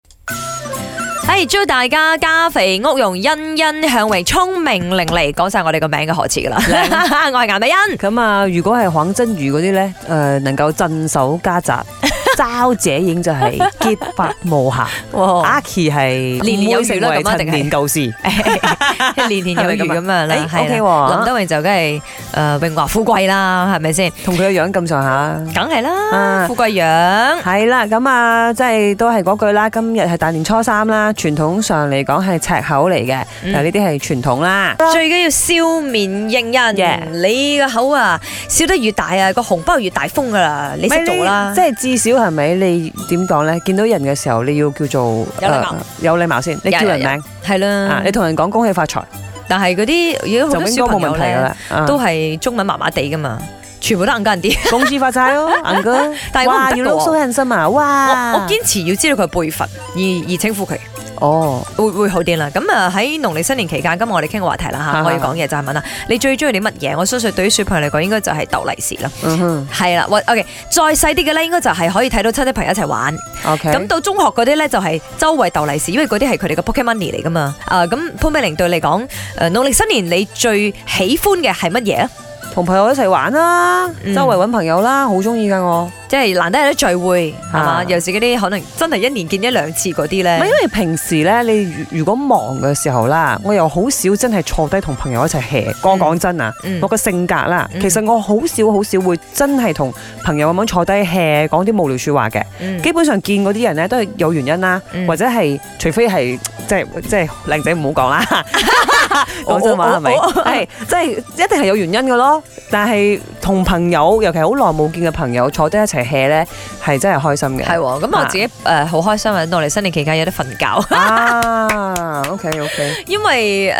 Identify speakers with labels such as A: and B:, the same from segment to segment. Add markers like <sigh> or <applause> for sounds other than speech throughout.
A: 係哎祝大家家肥屋容、欣欣向榮、聰明伶俐，講晒我哋個名嘅何詞噶啦。 <laughs> 我係顏美欣，
B: 咁啊，如果係黃真如嗰啲咧，誒、能夠鎮守
A: <laughs>
B: 家宅，嘲者影就係潔白無瑕。
A: 哇， <laughs>
B: 阿 Key 係
A: 哦年年有餘啦
B: 唔會
A: 咁啊
B: 成為陳年
A: <laughs>
B: 舊事。
A: 年年有餘咁樣啦，
B: <laughs> 係咪咁啊
A: 係
B: 誒
A: 啦
B: ，OK 喎
A: 林德榮就梗係誒榮華富貴啦，係咪先？
B: 同佢嘅樣咁上下。
A: 梗係啦，
B: 啊
A: 富貴樣，
B: 係啦，咁啊，即係都係嗰句啦。今日係大年初三啦，傳統上嚟講係赤口嚟嘅，
A: 嗯
B: 但係呢啲係傳統啦。
A: 最緊要笑面迎人。
B: Yeah
A: 你個口啊，笑得越大啊，個紅包越大風噶啦，你識做啦
B: 唔。係你即係至少係咪？你點講咧？見到人嘅時候，你要叫做
A: 有禮貌
B: 呃有禮貌先。你叫
A: 有有
B: 人名
A: 係
B: 啊
A: 啦，
B: 你同人講恭喜發財，
A: 但係嗰啲如果
B: 就
A: 好多
B: 應
A: 小
B: 該
A: 朋
B: 冇問
A: 友
B: 題噶
A: 咧，
B: 啦。啊
A: 都係中文麻麻地噶嘛，全部都硬人啲。 <laughs>
B: 恭喜發財咯，銀哦哥。
A: 但係我唔
B: 哇，
A: 得㗎
B: 要
A: 喎
B: 撈蘇人心啊！哇，
A: 我我堅持要知道佢輩份，而而稱呼佢
B: 哦，
A: 會會好啲啦。咁啊喺農曆新年期間，今日我哋傾個話題啦嚇，
B: 啊
A: 我要講嘢就係問啦，你最中意啲乜嘢？我相信對於小朋友嚟講，應該就係鬥利是啦。
B: 嗯哼
A: 係啦，或 OK 再細啲嘅咧，應該就係可以睇到親戚朋友一齊玩。
B: ，OK。
A: 咁到中學嗰啲咧，就係周圍鬥利是，因為嗰啲係佢哋嘅 Pokemon 嚟噶嘛。啊，咁潘美玲對你講，誒農曆新年你最喜歡嘅係乜嘢啊？
B: 同朋友一齊玩啦，
A: 嗯
B: 周圍揾朋友啦，好中意噶我。
A: 即係難得有啲聚會係嘛，
B: 啊
A: 尤其嗰啲可能真係一年見一兩次嗰啲
B: 唔係因
A: 咧。
B: 為平時咧，你如如果忙嘅時候啦，我又好少真係坐低同朋友一齊 hea。我講真啊，
A: 嗯
B: 我個性格啦，
A: 嗯
B: 其實我好少好少會真係同朋友咁樣坐低 hea 講啲無聊説話嘅。
A: 嗯
B: 基本上見嗰啲人咧都係有原因啦，
A: 嗯
B: 或者係除非係即係即係靚仔唔好
A: <laughs>
B: 講啦，講真話係咪？
A: 我
B: 係即係一定係有原因嘅咯。但係同朋友，尤其係好耐冇見嘅朋友坐低一齊 hea 咧，係真係開心
A: 係
B: 嘅。
A: 喎，咁我自己誒好開心啊！到嚟新年期間有得瞓覺， <laughs>
B: 啊，OK OK，
A: 因為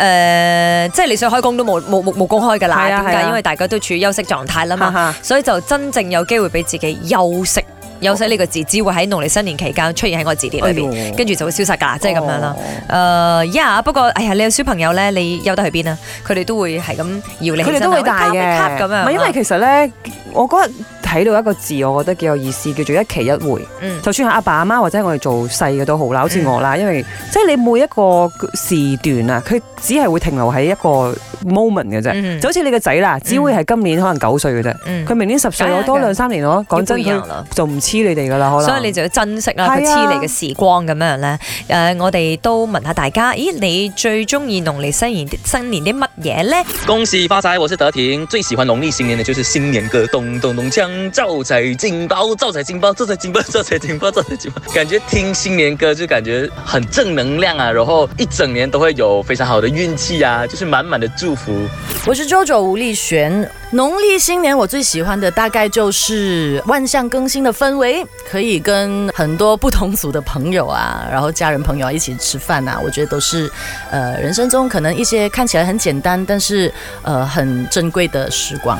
A: 誒即係你想開工都冇冇冇冇工開㗎啦。
B: 係啊
A: 點
B: 係
A: 解？
B: 啊
A: 因為大家都處於休息狀態啦嘛，
B: 哈哈
A: 所以就真正有機會俾自己休息。休息呢個字只會喺農曆新年期間出現喺我字典裏邊，
B: 哎呦
A: 跟住就會消失㗎啦，即係咁樣啦。
B: 哦
A: 誒呀，不過哎呀，你有小朋友咧，你休得去邊啊？佢哋都會係咁搖你起身啊，
B: 佢哋都會大
A: 喂
B: 嘅，
A: 吸吸咁樣。啊
B: 唔係因為其實咧，我嗰日睇到一個字，我覺得幾有意思，叫做一期一會。
A: 嗯
B: 就算係阿爸阿媽或者係我哋做細嘅都好啦，好似我啦，因為即係你每一個時段啊，佢只係會停留喺一個 moment 嘅啫。
A: 嗯
B: 就好似你個仔啦，只會係今年可能九歲嘅啫，
A: 嗯
B: 佢明年十歲，
A: 梗係
B: 我多
A: 嘅
B: 兩三年咯。講真，
A: 要背
B: 佢
A: 人啦
B: 就唔黐你哋噶啦，可能。
A: 所以你就要珍惜啦，佢
B: 係啊
A: 黐你嘅時光咁樣咧。誒、我哋都問下大家，咦，你最中意農曆新年新年啲乜嘢咧？
C: 恭喜发财！我是德廷，最喜欢农历新年的就是新年歌，咚咚咚锵，招财进宝，招财进宝，招财进宝，招财进宝，招财进宝。感觉听新年歌就感觉很正能量啊，然后一整年都会有非常好的运气啊，就是满满的祝福。
D: 我是 JoJo 吴丽璇。农历新年我最喜欢的大概就是万象更新的氛围，可以跟很多不同组的朋友啊，然后家人朋友啊一起吃饭啊，我觉得都是呃人生中可能一些看起来很简单，但是呃很珍贵的时光。